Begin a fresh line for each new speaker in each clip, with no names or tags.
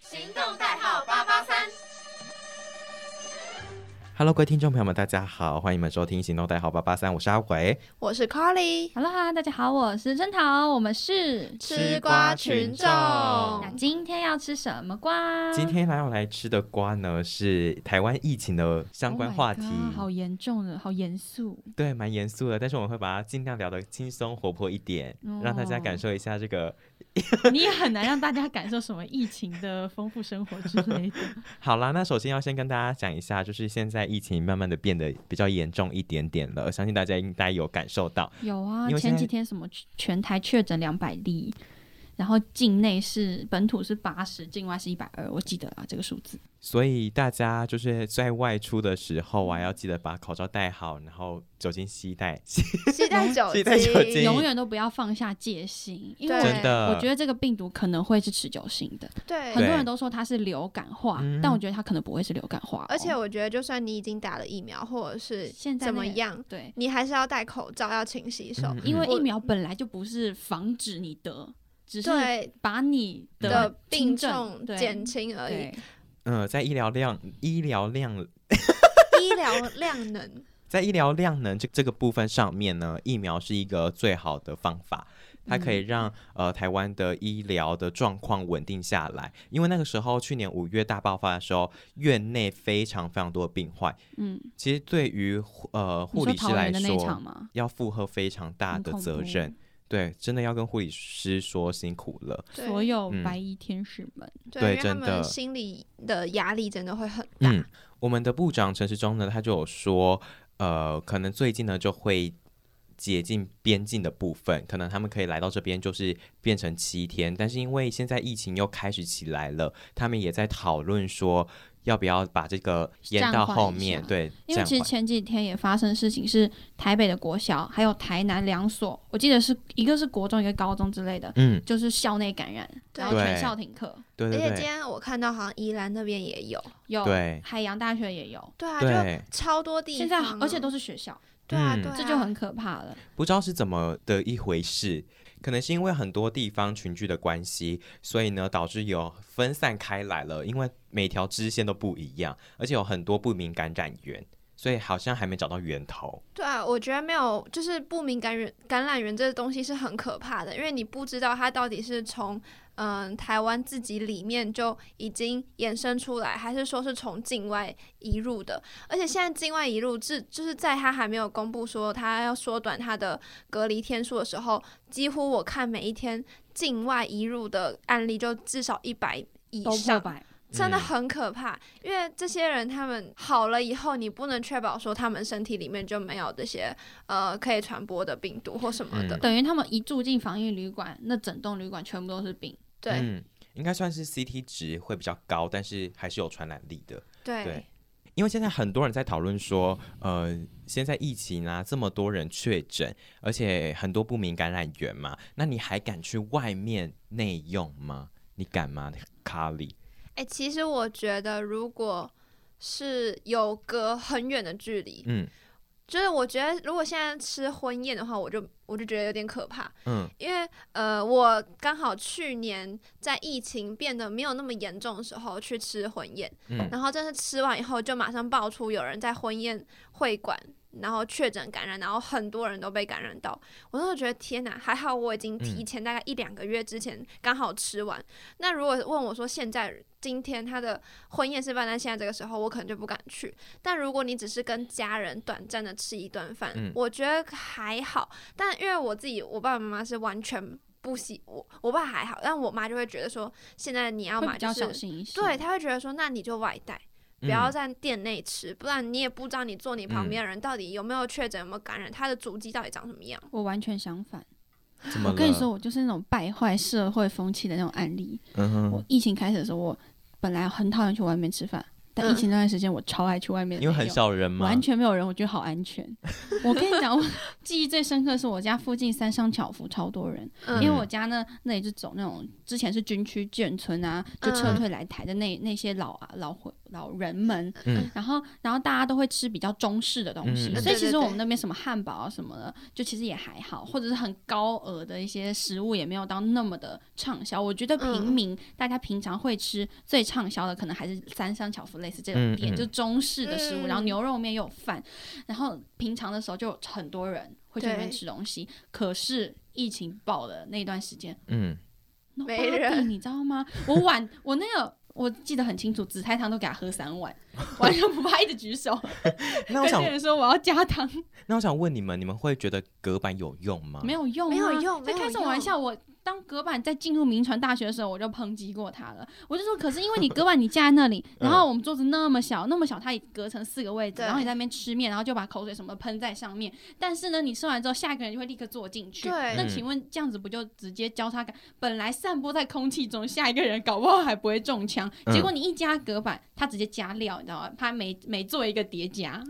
行动代号八八三。
Hello，各位听众朋友们，大家好，欢迎你们收听《行动代号八八三》，我是阿伟。
我是 Carly，
哈喽哈，大家好，我是珍桃，我们是。
吃瓜群众
那今天要吃什么瓜？
哦今天要来吃的瓜呢，是台湾疫情的相关话题
Oh my god，好严重的，好严肃。
对，蛮严肃的，但是我们会把它尽量聊得轻松活泼一点，
哦
让大家感受一下这个。
你也很难让大家感受什么疫情的丰富生活之 类的。
好啦，那首先要先跟大家讲一下，就是现在疫情慢慢的变得比较严重一点点了，相信大家应该有感受到。
有啊
因，为现
前
在
几天什么全台确诊两百例，然后境内是本土是八十，境外是一百二，我记得啊这个数字。
所以大家就是在外出的时候
嗯
啊，要记得把口罩戴好，然后酒精携带。
期待酒
期待酒精
永远都不要放下戒心，因为
对
真的
我觉得这个病毒可能会是持久性的。
对
很，多人都说它是流感化
嗯，
但我觉得它可能不会是流感化哦、
而且我觉得，就算你已经打了疫苗，或者是
现在
怎
那
么
个
样，
对，
你还是要戴口罩，要勤洗手。
嗯
因为
我
疫苗本来就不是防止你得，只是
对
把你
的
的
病
轻
重
症
减轻而已，
对
嗯、在医疗量、医疗量、
医疗量 能
在医疗量能这这个部分上面呢，疫苗是一个最好的方法，它可
嗯
以让、呃台湾的医疗的状况稳定下来。因为那个时候去年五月大爆发的时候，院内非常非常多的病患，
嗯，
其实对于呃
你
护
说
理师
桃
来
园的那一
说
场，吗？
要负荷非常大
很
的
恐
责
怖
任。，对，真的要跟护理师说辛苦了。
对
所有
嗯
白衣天使们，
对，因为
对
他
真的
们心理的压力真的会很大。
嗯，我们的部长陈时中呢，他就有说，呃，可能最近呢就会解禁边境的部分，可能他们可以来到这边，就是变成七天。但是因为现在疫情又开始起来了，他们也在讨论说，要不要把这个延
暂
到
缓
后
一
面，
下
对，
因为
暂
其实
缓。
前几天也发生事情，是台北的国小还有台南两所，我记得是一个是国中，一个高中之类的，
嗯，
就是校内感染，
对
然后全
对
校停课，
对
而
对
且今
对，
天我看到好像宜兰那边也有，
有
对
海洋大学也有，
对啊，就
对，
超多地
现在
方啊
而且都是学校，
对啊，
嗯
对啊，
这就很可怕了。
不知道是怎么的一回事，可能是因为很多地方群聚的关系，所以呢导致有分散开来了，因为每条支线都不一样，而且有很多不明感染源，所以好像还没找到源头。
对啊，我觉得没有，就是不明感染感染源这个东西是很可怕的，因为你不知道它到底是从嗯、台湾自己里面就已经衍生出来，还是说是从境外移入的。而且现在境外移入，至就是在它还没有公布说它要缩短它的隔离天数的时候，几乎我看每一天境外移入的案例就至少一百以
都破
上，
百，
真的
嗯
很可怕，因为这些人他们好了以后，你不能确保说他们身体里面就没有这些呃可以传播的病毒或什么的。
嗯
等于他们一住进防疫旅馆，那整栋旅馆全部都是病。
对、
嗯，应该算是 CT 值会比较高，但是还是有传染力的。
对
对因为现在很多人在讨论说，呃，现在疫情啊，这么多人确诊，而且很多不明感染源嘛，那你还敢去外面内用吗？你敢吗，卡里？
哎、其实我觉得如果是有隔很远的距离，
嗯
就是我觉得如果现在吃婚宴的话，我就我就觉得有点可怕，
嗯，
因为呃，我刚好去年在疫情变得没有那么严重的时候去吃婚宴，
嗯
然后真是吃完以后就马上爆出有人在婚宴会馆，然后确诊感染，然后很多人都被感染到，我那时候觉得天哪，还好我已经提前大概一两个月之前刚好吃完。那如果问我说现在今天他的婚宴是办在现在这个时候，我可能就不敢去。但如果你只是跟家人短暂的吃一顿饭，
嗯
我觉得还好。但因为我自己，我爸爸妈妈是完全不喜我，我爸还好，但我妈就会觉得说，现在你要
会
买
比较
就
小
是
心一些。
对，，他会觉得说，那你就外带。不
嗯
要在店内吃，不然你也不知道你坐你旁边的人到底有没有确诊、有没有感染，他的足迹到底长什么样。
我完全相反。
嗯、怎么
我跟你
了
说，，我就是那种败坏社会风气的那种案例。
嗯
我
哼，
疫情开始的时候，我本来很讨厌去外面吃饭，但
嗯
疫情那段时间我超爱去外面
因
内用，
为很少人嘛，
完全没有人，我觉得好安全。 我跟你讲，我记忆最深刻的是我家附近三商巧福超多人，
嗯
因为我家呢那
嗯
里就走那种之前是军区眷村啊，就撤退来台的那那些老啊老回老人们，
嗯
然后然后大家都会吃比较中式的东西，
嗯嗯
所以
对
其
对
实
对
我们那边什么汉堡啊什么的，就其实也还好，或者是很高额的一些食物也没有到那么的畅销。我觉得平
嗯
民、大家平常会吃最畅销的，可能还是三商巧福类似这种店，
嗯嗯
就中式的食物，
嗯
然后牛肉面又有饭，然后平常的时候就有很多人会去那边
对
吃东西，可是疫情爆的那段时间。
嗯，
n o
没人
你知道吗？我碗， 我那个我记得很清楚，紫菜汤都给他喝三 碗，完全不怕，一直举手，
那我
跟
想啊
别，人说我要加糖，
那我想问你们，你们会觉得隔板有用吗？
没有用、啊，
没有用
在
没有
开什么 玩笑？我当隔板在进入民传大学的时候，我就抨击过他了。我就说，可是因为你隔板你架在 那里，然后我们桌子那么小，那么小，它也隔成四个位置，
嗯对
然后你在那边吃面，然后就把口水什么喷在上面。但是呢，你吃完之后，下一个人就会立刻坐进去。
对
那
嗯
请问这样子不就直接交叉感？本来散播在空气中，下一个人搞不好还不会中枪，
嗯
结果你一加隔板，它直接加料，你知道吗？它每每做一个叠加，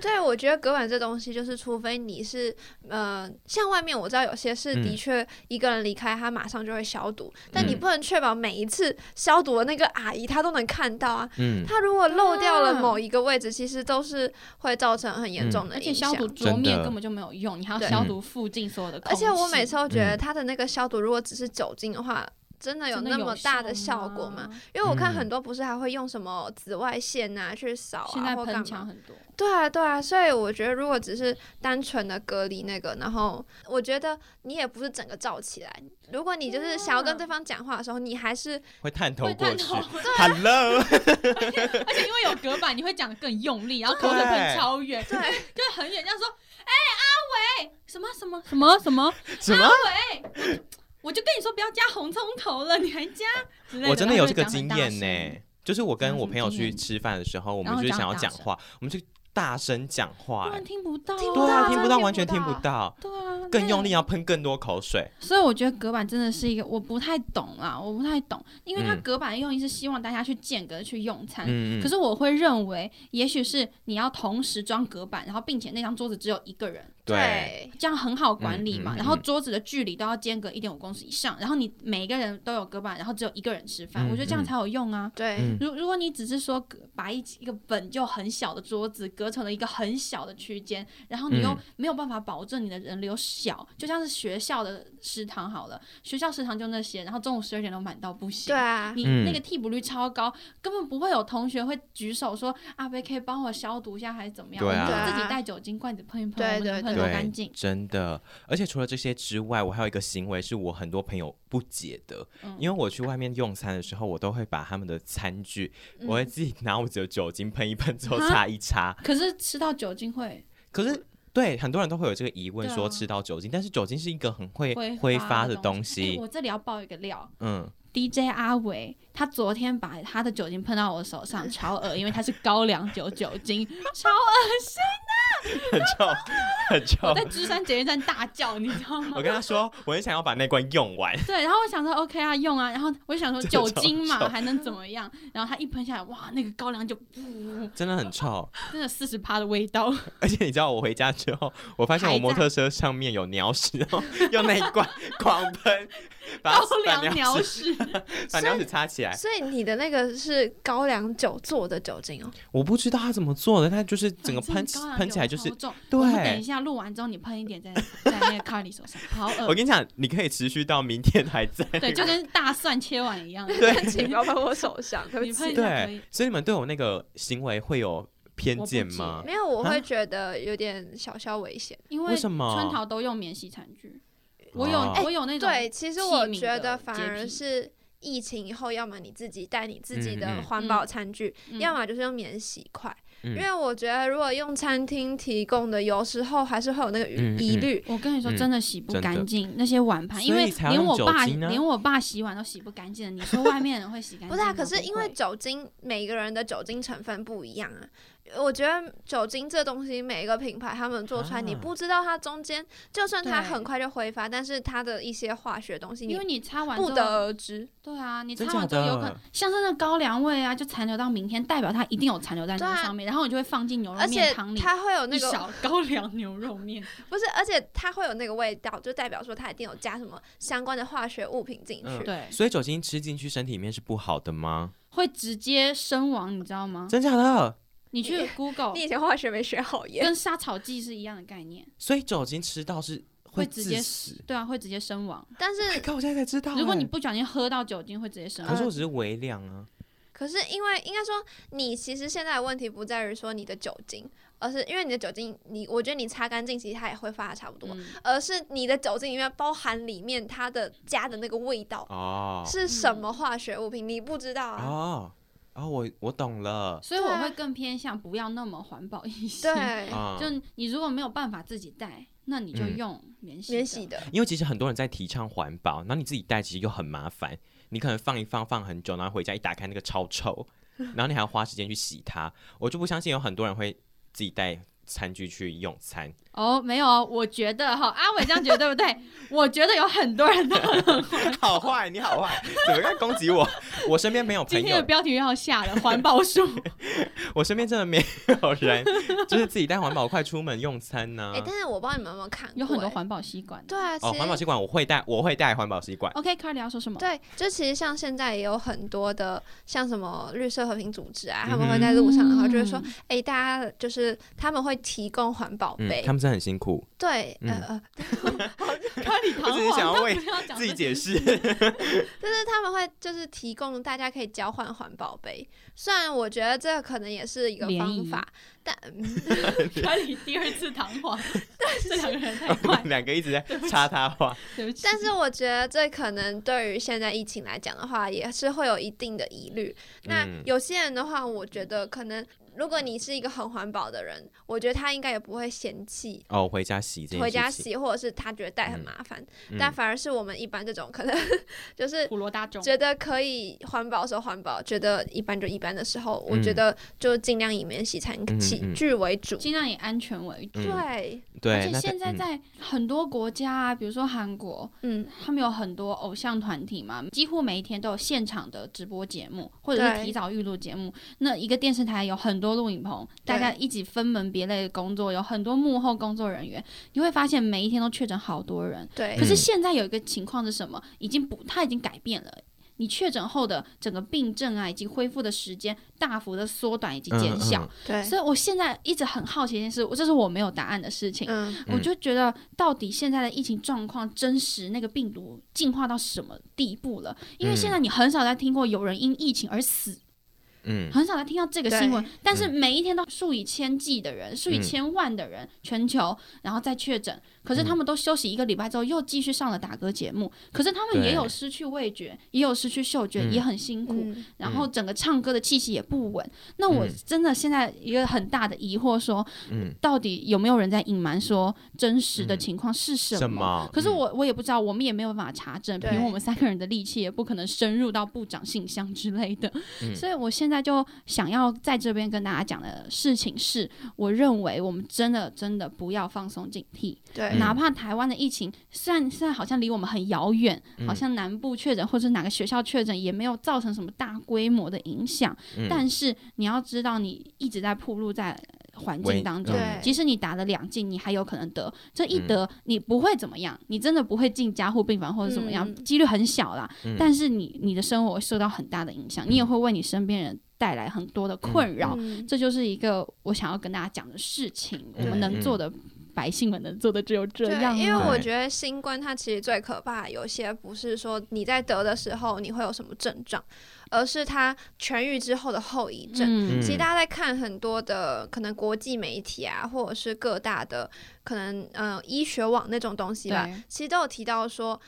对，我觉得隔板这东西，就是除非你是，呃，像外面我知道有些是
嗯
的确一个人离开，他马上就会消毒，但你
嗯
不能确保每一次消毒的那个阿姨她都能看到啊。
嗯，
她如果漏掉了
啊
某一个位置，其实都是会造成很严
嗯
重的
而且
影
消
响。
毒桌
真
面
的
根本就没有用，你还要
对
消毒附近所有的空
而
气。
且我每次都觉得
嗯
它的那个消毒，如果只是酒精的话，真的有
真
那么大的效果吗？？因为我看
嗯
很多不是还会用什么紫外线啊去扫
现在
啊或
喷
干
枪
嘛？
很多，
对啊，对啊，所以我觉得如果只是单纯的隔离那个，然后我觉得你也不是整个罩起来。如果你就是想要跟对方讲话的时候，你还是
会探头
会
过
探
去。
头，啊
Hello，
而且因为有隔板，你会讲的更用力，然后口水喷超远，
对，
就很远，这样说，哎、阿伟，什么什么什 么 什么，
什么？
我就跟你说不要加红葱头了，你还加，之类
我真的
然
有
后
这
就
个
讲很
经
大
验
声
呢。就是我
什
跟
么
我
什么
朋友
经
去
验
吃饭的时候，我
然
们
后
就是
讲
想要
大
讲
声
话，我们就大声讲话
不，
哎
然听不到、
听不
对啊，
到
听
真
不
的
到，
听
完
不
全听不
到
到，
对啊，
更
那
用力要喷更多口水。
所以我觉得隔板真的是一个我不太懂啦，我不太懂，因为它
嗯
隔板的用意是希望大家去间隔去用餐，
嗯
可是我会认为，也许是你要同时装隔板，然后并且那张桌子只有一个人，
对，
这样很好管理嘛。
嗯嗯嗯
然后桌子的距离都要间隔一点五公尺以上，然后你每个人都有隔板，然后只有一个人吃饭，
嗯
我觉得这样才有用啊。
对
嗯
如如果你只是说隔把一一个本就很小的桌子隔成了一个很小的区间，然后你又
嗯
没有办法保证你的人流小，就像是学校的食堂好了，学校食堂就那些，然后中午十二点都满到不行
对，啊，
你
嗯
那个替补率超高，根本不会有同学会举手说阿贝可以帮我消毒一下还是怎么样，
对
我
啊
们就自己带酒精罐子喷一喷，
对
我们
对对
能喷多
对
干净。
真的，而且除了这些之外，我还有一个行为是我很多朋友不解的，
嗯
因为我去外面用餐的时候，我都会把他们的餐具，
嗯
我会自己拿我的酒精喷一喷之后
啊
擦一 擦。
可是吃到酒精会
可是对很多人都会有这个疑问，
对啊
说吃到酒精，但是酒精是一个很会
挥
挥
发
发的东
西。哎
西，
我这里要爆一个料
嗯，
，DJ 阿伟他昨天把他的酒精喷到我手上，超恶，因为他是高粱酒酒精，超恶心。
很臭，很
我
臭。
在芝山捷运站大叫，你知道吗
我？跟他说，我很想要把那罐用 完，
对，然后我想说 OK 啊，用啊，然后我就想说
真
酒
的超
精嘛，
臭
还能怎么样？然后他一喷下来，哇，那个高粱酒，噗
真的很臭。
真的四十趴的味道。
而且你知道，我回家之后，我发现我摩托车上面有鸟屎，然后用那一罐狂喷，把它
高
把
粱鸟屎，
把鸟屎擦起来。
所以你的那个是高粱酒做的酒 精哦。
我不知道他怎么做的，他就是整个
真
喷
的高粱
喷起来就
酒
是
超重
对
我们等一下录完之后，你喷一 点在在那个 Carly 手上，好
我
恶。
跟你讲，你可以持续到明天还在。
对，就跟大蒜切碗一样。
对
请不要喷我手上，对不
你
起。
喷一下可
对
以。，
所以你们对我那个行为会有偏见吗？
没有，我
啊
会觉得有点小小危险。
因
为什么
春桃都用免洗餐具，我有
哦
我有那种
哎对，其实
器
我
皿
觉得
的
反
洁
而
癖
是疫情以后，要么你自己带你自己
嗯
的
嗯
环保餐具，
嗯
要么就是用免洗筷。
嗯
因为我觉得如果用餐厅提供的，有时候还是会有那个
嗯嗯
疑疑虑。
我跟你说，
嗯
真的洗不
真的
干净、那些碗盘，因
所
为
以才要
连
用
我
酒
爸、
精啊
连我爸洗碗都洗不干净的。你说外面人 会洗干净
不
吗？
是啊，可是因为
哎不会
酒精，每个人的酒精成分不一样啊。我觉得酒精这东西，每一个品牌他们做出来，你
啊
不知道它中间，就算它
对
很快就挥发，但是它的一些化学东西，
因为
你
你擦完
不
之后
得而知。
对啊，你擦
真
完之
假
后
的
有可能像是那高粱味啊，就残留到明天，代表它一定有残留在
对
那
啊
上面，然后你就会放进牛肉
而且
哦面汤里。
它会有那
一
个
勺高粱牛肉面，
不是，而且它会有那个味道，就代表说它一定有加什么相关的化学物品进去。
嗯
对，
所以酒精吃进去身体里面是不好的吗？
会直接身亡，你知道吗？
真假的？
你去 Google，
你以前化学没学好耶，
跟杀草剂是一样的概念，
所以酒精吃到是
会直
致
接
死。
对啊，会直接身亡。
但是
靠，我现在才知
哦
道欸。
如果你不小心喝到酒精，会直接身
可是
亡。
我只是微量啊，
可是因为应该说，你其实现在的问题不在于说你的酒精，而是因为你的酒精，你我觉得你擦干净，其实它也会发的差不多，
嗯
而是你的酒精里面包含里面它的加的那个味道
啊
哦
是什么化学物品，你不知道啊。
哦哦，我我懂了
所以我
对
会
啊
更偏向不要那么环保意识。，
对，
啊，
就你如果没有办法自己带，那你就
嗯
用免洗
免洗
的。
的，
因为其实很多人在提倡环保，然后你自己带其实又很麻烦，你可能放一放放很久，然后回家一打开那个超 臭，然后你还要花时间去洗它。我就不相信有很多人会自己带餐具去用餐，
哦，没有哦，我觉得哈，阿伟这样觉得对不对？ 我觉得有很多人都很
好坏，你好坏，怎么在攻击我？ 我身边没有朋
今天的
友，
标题要下了，环保署。
我身边真的没有人，就是自己带环保筷出门用餐呢、
哎、但是我不知道你们有没有看过、
有很多
哎
环保吸管。
对啊，其
嗯哦，
实
环保吸管我会带，我会带环保吸管。
OK，卡里要说什么？
对，就其实像现在也有很多的，像什么绿色和平组织啊，他们
嗯
会
哼
在路上，然后就会说
嗯，
哎、大家就是他们会提供环保
嗯
杯，，
他们真的很辛苦，
对，
嗯
呃呃，
卡里堂皇，
我只是想要为
他不要讲
自己
这个
解释。
就是他们会就是提供大家可以交换环保杯，虽然我觉得这个可能也是一个
联
方
谊
法，但嗯
卡里第二次堂 皇，这两个人太
我
快
们， 两个一直在插他话，
对不起。
嗯但是我觉得这可能对于现在疫情来讲的话，也是会有一定的疑虑。那
嗯
有些人的话，我觉得可能如果你是一个很环保的人，我觉得他应该也不会嫌弃。
哦，回家洗这件事情，
回家洗，或者是他觉得带很
嗯
麻烦，
嗯，
但反而是我们一般这种可能 就是
普罗大众，
觉得可以环保的时候环保，觉得一般就一般的时候，我
嗯
觉得就尽量以免洗餐
嗯
起
嗯
具为主。
尽量以安全为主。
嗯
对，
而
对，
且
那
现在
嗯
在很多国家啊，比如说韩国，
嗯，
他们有很多偶像团体嘛，几乎每一天都有现场的直播节目，或者是
对
提早预录节目。那一个电视台有很多录影棚，大家一起分门别类的工作，有很多幕后工作人员，你会发现每一天都确诊好多人。
对
嗯可，
嗯
是现在有一个情况是什么？已经不，它已经改变了。你确诊后的整个病症啊，以及恢复的时间大幅的缩短以及减小，
嗯
对，
所以我现在一直很好奇一件事，这是我没有答案的事情。
嗯，
嗯
我就觉得，到底现在的疫情状况，真实那个病毒进化到什么地步了？因为现在你很少在听过有人因疫情而死，
嗯嗯
很少在听到这个新闻
对。
但是每一天都数以千计的
嗯
人、数以千万的人，全球然后再确诊，
嗯
可是他们都休息一个礼拜之后，又继续上了打歌节目。可是他们也
对
有失去味觉，也有失去嗅觉，
嗯
也很辛苦。
嗯
然后整个唱歌的气息也不稳。那我
嗯
真的现在一个很大的疑惑说，
嗯，
到底有没有人在隐瞒说真实的情况是什么？
什么
可是我我也不知道，我们也没有办法查证，
对
凭我们三个人的力气，也不可能深入到部长信箱之类的。
嗯
所以我现在就想要在这边跟大家讲的事情是，我认为我们真的真的不要放松警惕，
对，
哪怕台湾的疫情虽然现在好像离我们很遥远，
嗯
好像南部确诊或者哪个学校确诊也没有造成什么大规模的影响，
嗯
但是你要知道，你一直在暴露在环
喂
境当中
对，
即使你打了两剂，你还有可能得。这一得，
嗯
你不会怎么样，你真的不会进加护病房或者怎么样，
嗯
几率很小啦。
嗯
但是你你的生活会受到很大的影响，你也会为你身边人带来很多的困扰。
嗯
这就是一个我想要跟大家讲的事情，我
嗯
们能做的，百姓们能做的只有这
对，
样。
因为我
对
觉得新冠它其实最可怕，有些不是说你在得的时候你会有什么症状，而是它痊愈之后的后遗症。
嗯
其实大家在看很多的可能国际媒体啊，或者是各大的可能呃医学网那种东西吧
对，
其实都有提到说，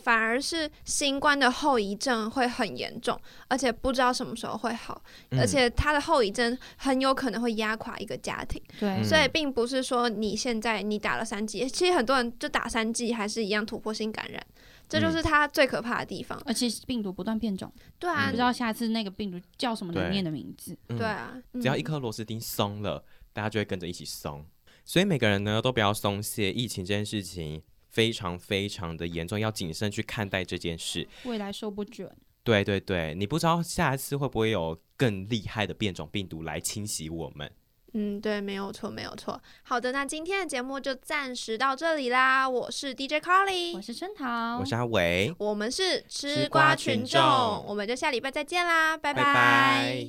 反而是新冠的后遗症会很严重，而且不知道什么时候会好，
嗯
而且它的后遗症很有可能会压垮一个家庭，
对
嗯
所以并不是说你现在你打了三剂，其实很多人就打三剂还是一样突破性感染，这
嗯
就是它最可怕的地方。
而且病毒不断变种，
对
嗯
啊
不知，道下次那个病毒叫什么
对
难念的名字。
嗯
对啊，
只要
嗯
一颗螺丝钉松了，大家就会跟着一起松。所以每个人呢都不要松懈，疫情这件事情非常非常的严重，要谨慎去看待这件事。
未来说不准。
对对对，你不知道下一次会不会有更厉害的变种病毒来侵袭我们。
嗯，对，没有错，没有错。好的，那今天的节目就暂时到这里啦。我是 DJ Carly，
我是春桃，
我是阿伟，
我们是
吃瓜群众
我们就下礼拜再见啦，拜
拜拜